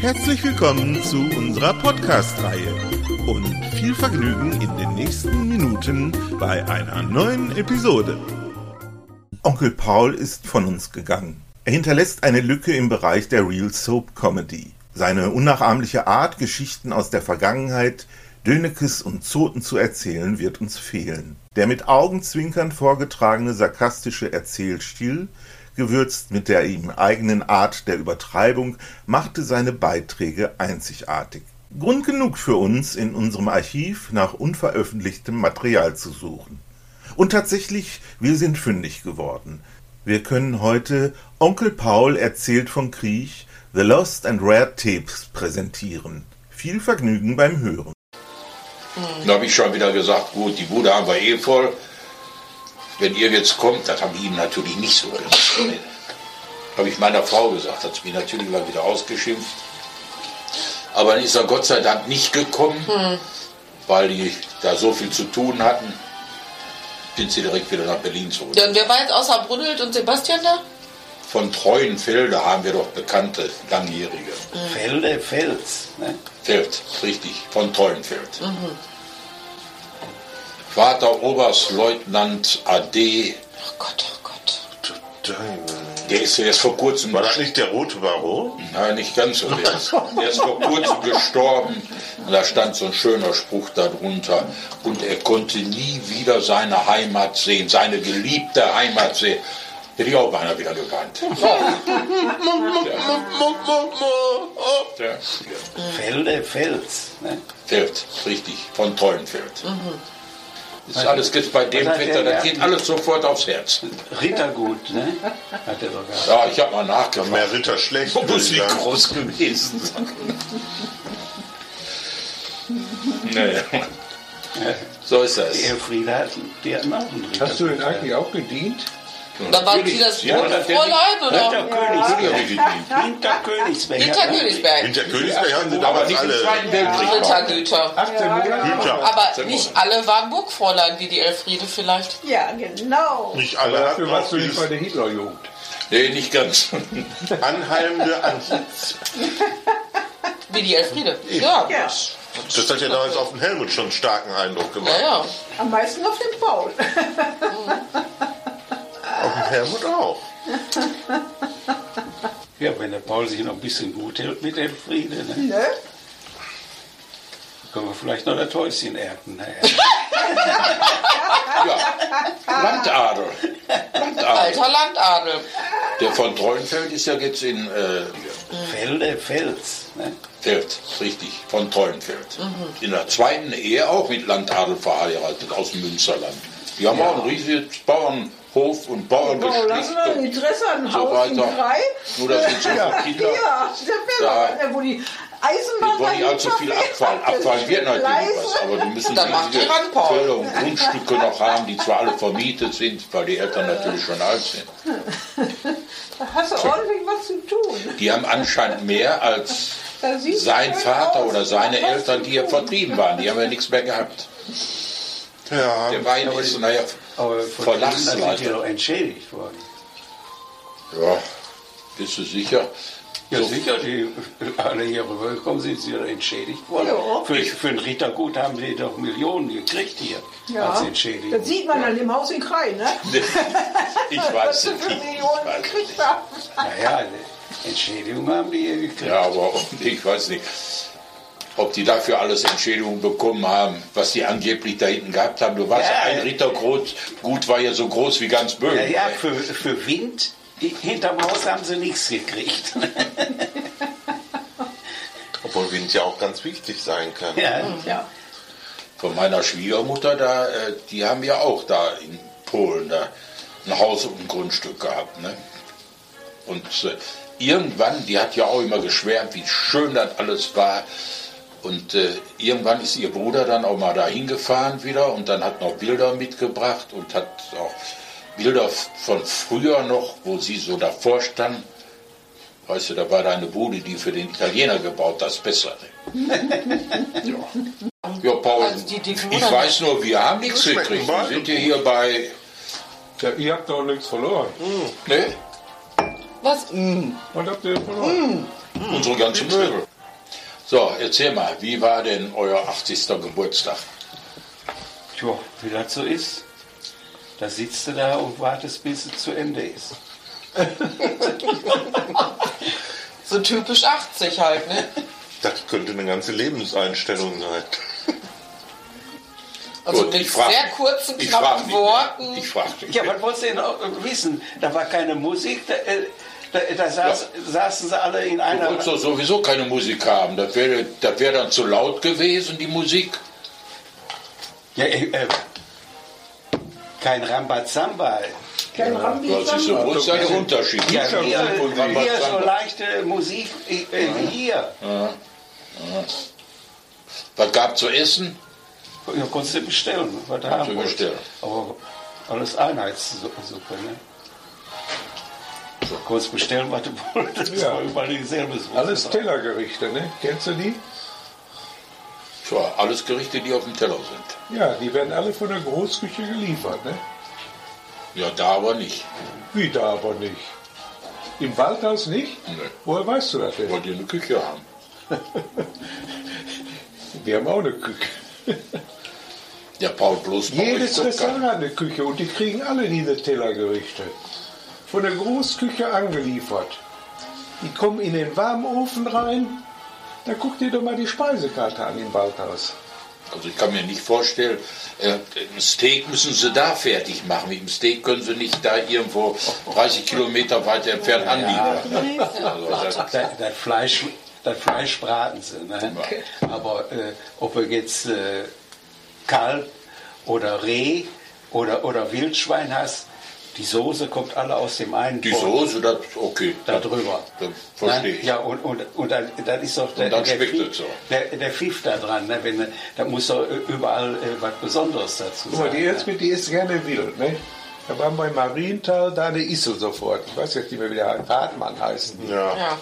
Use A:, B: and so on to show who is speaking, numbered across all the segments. A: Herzlich willkommen zu unserer Podcast-Reihe und viel Vergnügen in den nächsten Minuten bei einer neuen Episode. Onkel Paul ist von uns gegangen. Er hinterlässt eine Lücke im Bereich der Real Soap Comedy. Seine unnachahmliche Art, Geschichten aus der Vergangenheit, Dönekes und Zoten zu erzählen, wird uns fehlen. Der mit Augenzwinkern vorgetragene sarkastische Erzählstil, gewürzt mit der ihm eigenen Art der Übertreibung, machte seine Beiträge einzigartig. Grund genug für uns, in unserem Archiv nach unveröffentlichtem Material zu suchen. Und tatsächlich, wir sind fündig geworden. Wir können heute Onkel Paul erzählt von Kriech The Lost and Rare Tapes präsentieren. Viel Vergnügen beim Hören.
B: Da habe ich schon wieder gesagt, gut, die Bude haben wir eh voll. Wenn ihr jetzt kommt, das habe ich ihm natürlich nicht so gesagt. Nee. Habe ich meiner Frau gesagt, hat sie mir natürlich mal wieder ausgeschimpft. Aber dann ist er Gott sei Dank nicht gekommen, weil die da so viel zu tun hatten. Sind sie direkt wieder nach Berlin zurück.
C: Ja, und wer war jetzt außer Brünnelt und Sebastian da?
B: Von Treuenfelde haben wir doch bekannte Langjährige.
D: Felde, Fels. Ne?
B: Feld, richtig, von Treuenfeld. Vater Oberstleutnant AD,
C: Oh Gott, oh Gott.
B: der ist ja erst vor kurzem
E: War das nicht der rote Baron?
B: Nein, nicht ganz so. Der ist, der ist vor kurzem gestorben. Und da stand so ein schöner Spruch darunter. Und er konnte nie wieder seine Heimat sehen, seine geliebte Heimat sehen. Hätte ich auch beinahe wieder geweint. Ja,
D: Felde, Fels. Ne?
B: Feld, richtig, von Treuenfeld. Das ist alles jetzt bei dem
D: Mhm. Was hat
B: Wetter,
D: der
B: das geht alles sofort aufs Herz.
D: Rittergut, ne? Hat er sogar.
B: Ja, ich habe mal
E: Noch
B: nachgefragt.
E: mehr Ritter schlecht.
B: Wo
E: würde
B: muss
E: ich
B: die
E: sagen.
B: groß gewesen sein? naja. So ist das.
D: Elfriede hat, die hatten auch einen Ritter.
F: Hast du denn eigentlich auch gedient?
C: Da war sie das
B: Ja,
C: Brunnen-
B: natürlich.
C: Fräulein, oder?
D: Hinter Königsberg.
B: Aber
D: Hinter Königsberg.
C: Hinter Königsberg.
E: Hinter Königsberg haben sie damals
B: nicht im
E: alle
B: Zweiten Weltkrieg. waren.
C: Rittergüter.
F: 18 Monate?
E: Hüter.
C: Aber nicht alle waren Burgfräulein, wie die Elfriede vielleicht.
G: Ja, genau.
E: Nicht alle hatten
F: Dafür
E: auch
F: warst du nicht bei
E: dieses
F: der Hitlerjugend.
B: Nee, nicht ganz.
E: anhalmende Antlitz.
C: Wie die Elfriede. Ja.
G: Ja.
E: Das hat ja damals auf den Helmut schon einen starken Eindruck
C: Ja,
E: gemacht.
C: ja.
G: Am meisten auf den Paul.
E: Auf den Helmut auch.
D: Ja, wenn der Paul sich noch ein bisschen gut hält mit Elfriede, ne?
G: Ne?
D: können wir vielleicht noch das Häuschen ernten. Ne?
B: Landadel. Landadel.
C: Alter Landadel.
B: Der von Treuenfeld ist ja jetzt in äh,
D: Felde, Fels. Ne?
B: Feld, richtig, von Treuenfeld.
G: Mhm.
B: In der zweiten Ehe auch mit Landadel verheiratet aus dem Münsterland. Die haben auch ein riesiges Bauernhof und
G: Oh, lass
B: Bauerngestüt.
G: mal ein Interesse an
B: so
G: Haus in
B: weiter.
G: drei.
B: Nur das sind so viele Kinder.
G: Ja, der
B: Da-
G: wäre ja. wo die
B: Wir
G: Eisenbahn
B: wollen nicht allzu viel abfallen. Abfallen wird natürlich
G: Leise.
B: was, aber die müssen
C: Dann macht die
B: riesige
C: Randpaul.
B: Felder und Grundstücke noch haben, die zwar alle vermietet sind, weil die Eltern natürlich schon alt sind.
G: Da hast du ordentlich was zu tun.
B: Die haben anscheinend mehr als
G: Da sieht's
B: sein
G: schön
B: Vater
G: aus.
B: oder seine
G: Was
B: Eltern,
G: zu
B: die ja
G: tun.
B: vertrieben waren. Die haben ja nichts mehr gehabt.
E: Ja,
B: Der Wein ist, naja,
D: Aber von denen sind die
B: Verlagsleiter.
D: doch entschädigt worden.
B: Ja, bist du sicher?
D: Ja,
B: So.
D: sicher, die alle hier rübergekommen sind, sind ja entschädigt worden.
G: Ja.
D: Für, für ein Rittergut haben die doch Millionen gekriegt hier als
G: Ja.
D: Entschädigung.
G: Das sieht man an dem Haus in Krei, ne?
B: Ich weiß
G: Was du
B: es
G: für
B: nicht. Ich
G: Millionen
B: weiß es
G: gekriegt
B: nicht.
G: hast.
D: Naja, eine Entschädigung haben die hier gekriegt.
B: Ja, aber ich weiß nicht, ob die dafür alles Entschädigung bekommen haben, was die angeblich da hinten gehabt haben. Du warst
D: Ja,
B: ein
D: ja.
B: Rittergut, gut war ja so groß wie ganz Böhmen.
D: Naja, für, für Wind, die- hinterm Haus haben sie nichts gekriegt.
E: obwohl Wind ja auch ganz wichtig sein kann.
D: ja.
G: Ja.
B: Von meiner Schwiegermutter da, äh, die haben ja auch da in Polen da ein Haus und ein Grundstück gehabt. Ne? Und äh, irgendwann, die hat ja auch immer geschwärmt, wie schön das alles war. Und äh, irgendwann ist ihr Bruder dann auch mal dahin gefahren wieder und dann hat noch Bilder mitgebracht und hat auch Bilder f- von früher noch, wo sie so davor stand. Weißt du, da war da eine Bude, die für den Italiener gebaut, das Bessere. ja. ja, Paul,
C: Also die Dicken
B: ich
C: oder
B: weiß nur, wir haben nichts
E: schmecken
B: gekriegt. Wir
E: beide
B: sind ja hier bei...
F: Ja, ihr habt doch nichts verloren.
B: Ne?
C: Was? Mm.
F: Was habt ihr denn verloren?
B: unsere ganze Möbel. So, erzähl mal, wie war denn euer 80. Geburtstag?
D: Tja, wie das so ist. Da sitzt du da und wartest, bis es zu Ende ist.
C: So typisch 80 halt, ne?
E: Das könnte eine ganze Lebenseinstellung sein.
C: Also
B: Gut,
C: mit
B: ich frag-
C: sehr kurzen,
B: ich frag
C: knappen
B: nicht mehr.
C: Worten.
B: Ich frag dich.
D: Ja, was wolltest du denn auch äh, wissen? Da war keine Musik, da, äh, da, da saß, saßen sie alle in
B: Du
D: einer.
B: wolltest doch sowieso keine Musik haben. Das wäre das wär dann zu laut gewesen, die Musik.
D: Ja, äh, äh, kein Rambazamba.
G: Kein ja,
B: Das ist so groß ein Unterschied.
D: Ja, hier,
B: und
D: hier
B: Rambazamba.
D: so leichte Musik äh, äh, wie hier.
B: Was gab zu essen?
D: Ja, konntest du bestellen, was du
B: du
D: haben wolltest.
B: bestellen.
D: Aber alles Einheitssuppe, ne? So, konntest bestellen, was du wolltest.
F: Ja.
D: Ja. War überall dieselbe Suppe.
F: Alles Tellergerichte, ne? Kennst du die?
B: So, alles Gerichte, die auf dem Teller sind.
F: Ja, die werden alle von der Großküche geliefert, ne?
B: Ja, da aber nicht.
F: Wie da aber nicht. Im Waldhaus nicht?
B: Nee.
F: Woher weißt du das denn?
B: Wollt ihr eine Küche haben?
F: Wir haben auch eine Küche.
B: Ja, Paul bloß Paul, ich
F: Jedes
B: guck
F: Restaurant
B: gar-
F: hat eine Küche und die kriegen alle diese Tellergerichte. Von der Großküche angeliefert. Die kommen in den warmen Ofen rein. Da guck dir doch mal die Speisekarte an im Waldhaus.
B: Also ich kann mir nicht vorstellen, äh, ein Steak müssen sie da fertig machen. Mit dem Steak können sie nicht da irgendwo 30 Kilometer weiter entfernt anliefern. Also das,
D: Das, das, Fleisch, das Fleisch braten sie. Ne? Aber äh, ob er jetzt äh, Kalb oder Reh oder, oder Wildschwein hast, die Soße kommt alle aus dem einen
B: die
D: Topf
B: Soße, das okay.
D: da drüber.
B: Das verstehe
D: Nein,
B: ich.
D: Ja, und, und, und dann, dann ist doch der,
B: dann
D: der,
B: schmeckt
D: Pfiff,
B: es so.
D: der, der Pfiff da dran. Ne? Wenn, da muss doch äh, überall äh, was Besonderes dazu
F: Guck mal,
D: sein. ne?
F: die Erzbit, die isst gerne wild, ne? Da waren wir im Mariental, da eine Isso sofort. Ich weiß jetzt nicht mehr, wie der heißt. Hartmann heißen. die.
E: Ja.
C: Ja.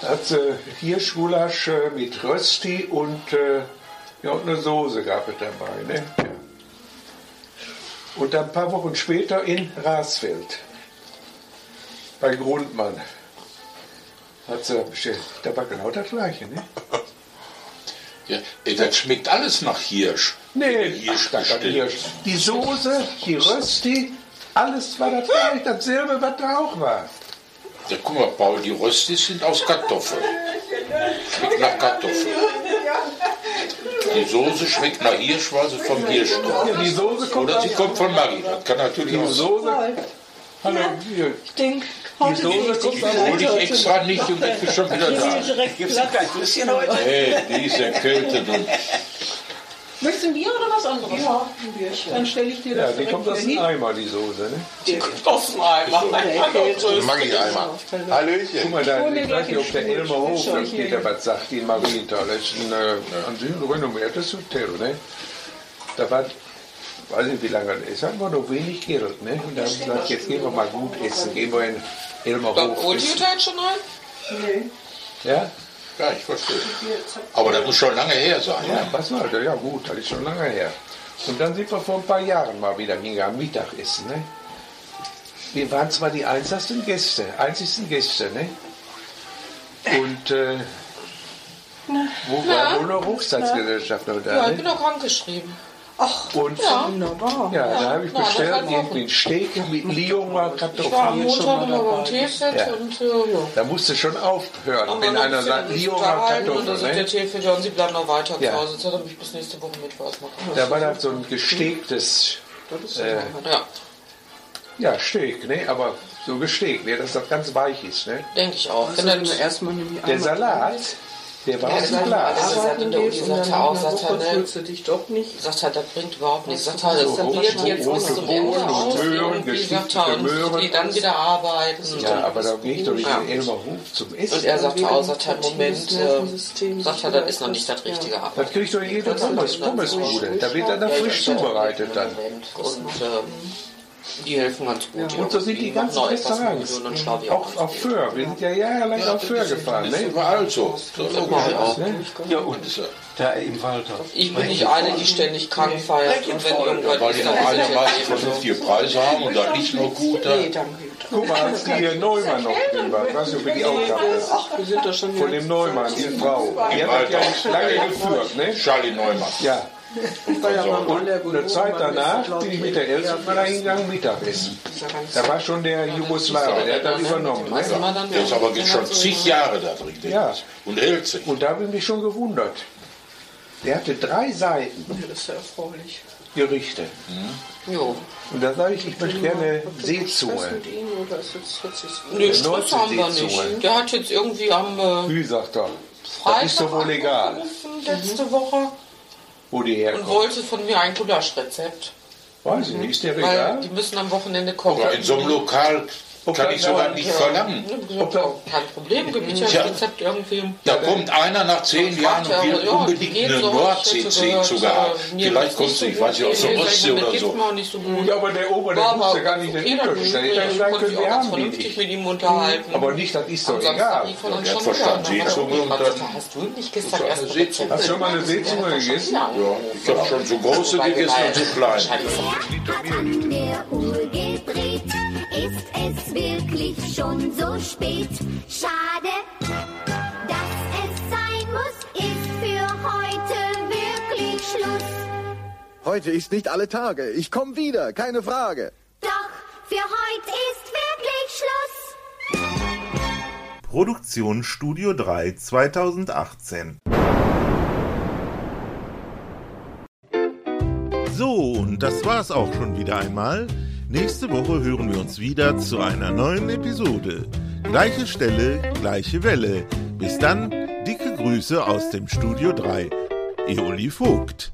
F: Da hat sie Hirschgulasch äh, mit Rösti und, äh, ja, und eine Soße gab es dabei, ne? Ja. Und dann ein paar Wochen später in Rasfeld. Bei Grundmann. Hat sie bestellt. Da war genau das Gleiche, ne?
B: Ja, ey, das schmeckt alles nach Hirsch.
F: Nee,
B: Hirsch
F: ach, da kann
B: bestimmt.
F: Hirsch. Die Soße, die Rösti, alles war das gleiche, dasselbe, was da auch war.
B: Ja, guck mal, Paul, die Röstis sind aus Kartoffeln. Schmeckt nach Kartoffeln. Die Soße schmeckt nach Hirsch, weil sie vom Hirsch
F: Ja,
B: kommt.
F: die Soße kommt
B: Oder
F: aus-
B: sie kommt von Maggi. Das kann natürlich
F: Die
B: auch sein.
F: Soße, hallo, hier,
G: Ich denke, heute
F: Soße
G: bin ich
F: kommt
G: richtig
F: aber
G: leid.
B: Hol dich extra nicht und ich bin schon wieder
G: Ich
B: da.
G: bin direkt
D: Gibt's
G: platt.
D: noch kein Küsschen heute?
B: Hey, die ist erkältet und
G: Möchtest du ein Bier oder was anderes? Ja, ein Bierchen. Dann stelle ich dir
F: ja,
G: das
F: die kommt aus
G: direkt
F: dem
G: wieder hin.
F: Eimer, die Soße, ne?
C: Auf einmal.
E: Maggi-Eimer. Hallöchen.
F: Guck mal da,
G: hol mir
F: ich
G: gleich
F: weiß nicht,
G: den
F: ob der
G: Stuhl.
F: Elmer
G: Ich
F: Hof
G: schau
F: dann
G: hier
F: später
G: hin.
F: was sagt, in Marienthal. Das ist ein äh, an sich ein renommiertes Hotel, ne? Da war, weiß nicht wie lange das ist, hatten wir noch wenig Geld, ne? Und da haben wir gesagt, jetzt gehen wir mal gut essen, gehen wir in Elmer
C: Da holt
F: Hof
C: die
F: essen.
C: da jetzt schon rein?
G: Nee,
F: Ja?
B: ja, ich verstehe. Aber das muss schon lange her sein.
F: Ja,
B: ne?
F: was war das? Ja gut, das ist schon lange her. Und dann sind wir vor ein paar Jahren mal wieder hingegangen, Mittagessen. Ne? Wir waren zwar die einzigsten Gäste, einzigsten Gäste, ne? Und äh, wo war wohl noch Hochzeitsgesellschaft noch
C: Ja,
F: da?
C: ich bin
F: Ne?
C: doch krank geschrieben.
F: Und
C: Ja.
G: wunderbar.
F: ja, da habe ich
C: Ja, das war
F: bestellt
C: Wochen.
F: irgendwie einen Steak mit Lioner
C: Ich war am
F: Kartoffeln.
C: Montag immer beim Teefit
F: Ja.
C: und äh, ja.
F: Da musst du schon aufhören,
C: Haben wir
F: wenn
C: noch ein
F: einer
C: bisschen
F: sagt
C: uns
F: Lioner
C: unterhalten Und dann
F: Kartoffeln.
C: sagt
F: Ne?
C: der Teefit, ja, und sie bleiben noch weiter
F: Ja.
C: zu Hause. Jetzt hat er mich bis nächste Woche Mittwoch machen.
F: Da war dann so ein äh, gesteaktes
C: Ja,
F: Ja, Steak, ne? Aber so gesteckt, ne? Dass das ganz weich ist, ne?
C: denke ich auch. Wenn dann,
F: Der Salat, Der war
H: Ja,
F: aus
H: das
F: dem
H: war-
F: Glas.
H: das war-
G: Arbeiten
H: sagte Dodi,
G: gehst und
H: sagte
G: dann
H: auch,
G: nach
H: sagte
G: Woche
H: er, ne?
G: fühlst du dich doch nicht.
H: Sagt er, das bringt überhaupt nichts. Sagt
G: Das
H: er,
G: ist
H: das
G: dann
H: probiert
G: wahrscheinlich
H: jetzt
G: rote
H: bis zum
G: Bohnen,
H: Ende aus.
F: Möhren,
H: Irgendwie sagt
F: gestiefte
H: er, und
F: Möhren.
H: die dann wieder arbeiten.
F: Ja, aber da ging doch nicht
H: Ja.
F: den Elmar Ruf zum Essen.
H: Und er sagte auch, sagt er,
G: Kognitives
H: Moment,
G: Nervensystem
H: äh, sagt er, das ist noch nicht das richtige
F: das
H: Arbeit.
F: kriegt doch jede
H: Das hat
F: Pommes,
H: man dann
F: Pommesbude. Da wird dann da
H: Ja,
F: frisch
H: ja,
F: zubereitet dann.
H: Und ähm, die helfen ganz gut. die
F: Und so sind die
H: Europäer.
F: ganzen
H: Noch etwas
F: Restaurants. Mhm.
H: Millionen Schlavi
F: Auch auf Föhr. Wir sind ja jahrelang auf Föhr gefahren.
B: Das ist
F: Ne?
B: überall so. So, so
H: Mach
B: geschehen.
H: ich auch.
D: Ja, und
B: Das ist ja-
D: da im Walter.
H: Ich bin nicht eine, die ständig krank feiert. Und wenn
B: Da
H: irgendwas
B: wollen die
H: ist,
B: noch
H: dann ist
B: einigermaßen
H: es eben so.
B: vernünftige Preise haben und da nicht nur gute.
G: Nee, danke.
F: Guck mal, als die hier Neumann noch drin war. Ich weiß nicht, ob ihr die auch habt.
G: Ach, wir sind da schon
F: Von dem Neumann, die Frau. Die hat das ja nicht lange geführt. Ne?
B: Charlie Neumann.
F: Ja,
G: war ja mal
B: Und
G: der
F: eine Zeit danach bin ich mit der Eltern mal hingegangen Mittagessen. Da war schon der Jugoslawe, der hat das übernommen.
H: Also
F: Ne?
H: mal dann-
B: Der ist aber jetzt schon zig Jahre da drin. der
F: Ja.
B: ist. Und hält sich.
F: Und da habe ich mich schon gewundert. Der hatte drei Seiten
G: Das ist ja erfreulich.
F: Gerichte.
H: Jo.
F: Und da sage ich, ich möchte gerne Seezunge.
G: Mit ihm oder ist jetzt plötzlich
H: Nö, Stress
F: Leute,
H: haben wir
F: die zuhören.
H: nicht. Der hat jetzt irgendwie am äh,
F: Wie sagt er? Das
H: Freitag
F: ist doch wohl egal,
H: angerufen letzte Woche
F: wo die
H: und
F: herkommt.
H: wollte von mir ein Gulaschrezept.
F: Weiß ich nicht, ist der
H: Weil
F: egal?
H: die müssen am Wochenende
B: Aber
H: kochen.
B: in so einem Lokal kann ich sowas nicht verlangen.
H: Ob da- Kein Problem, gib mir
B: Tja.
H: das Rezept irgendwie.
B: Da kommt einer nach zehn Jahren und will
H: Ja,
B: unbedingt
H: geht
B: eine
H: so,
B: nordsee
H: ich hätte gehört,
B: zu haben.
H: äh, mir
B: Vielleicht
H: geht's
B: kommt
H: nicht
B: sie, ich
H: so
B: weiß nicht,
H: gut.
B: aus der
H: Nee, sag
B: Ostsee
H: mir
B: oder
H: geht's
B: so.
H: mir auch nicht so gut.
F: Ja, aber der Ober, der
H: War aber
F: wusste gar nicht den
H: okay, dann-
F: Unterschied.
H: nee,
F: Der hätte
H: Ich
F: sagen
H: konnte mich
F: können,
H: auch
F: wir
H: ganz
F: haben die
H: vernünftig
F: nicht.
H: mit ihm unterhalten.
F: Aber nicht, das ist doch
H: Ansonsten hat die
F: egal.
H: von uns
B: Ja, der
H: schon
B: hat verstanden,
H: wieder-
B: Seezunge
H: Dann
B: und
H: hat er gesagt,
B: dann-
H: Hast du nicht gestern
B: Ja,
H: erst
B: eine
H: ein
B: Seezunge.
H: Rezept
F: Hast du schon mal eine Seezunge gegessen?
B: Ja, ich habe schon so große gegessen und so klein.
I: An der Uhr gedreht, ist es wirklich schon so spät. Schade, dass es sein muss, ist für heute wirklich Schluss.
J: Heute ist nicht alle Tage. Ich komm wieder, keine Frage.
I: Doch für heute ist wirklich Schluss.
A: Produktion Studio 3 2018. So, und das war's auch schon wieder einmal. Nächste Woche hören wir uns wieder zu einer neuen Episode. Gleiche Stelle, gleiche Welle. Bis dann, dicke Grüße aus dem Studio 3. Eoli Vogt.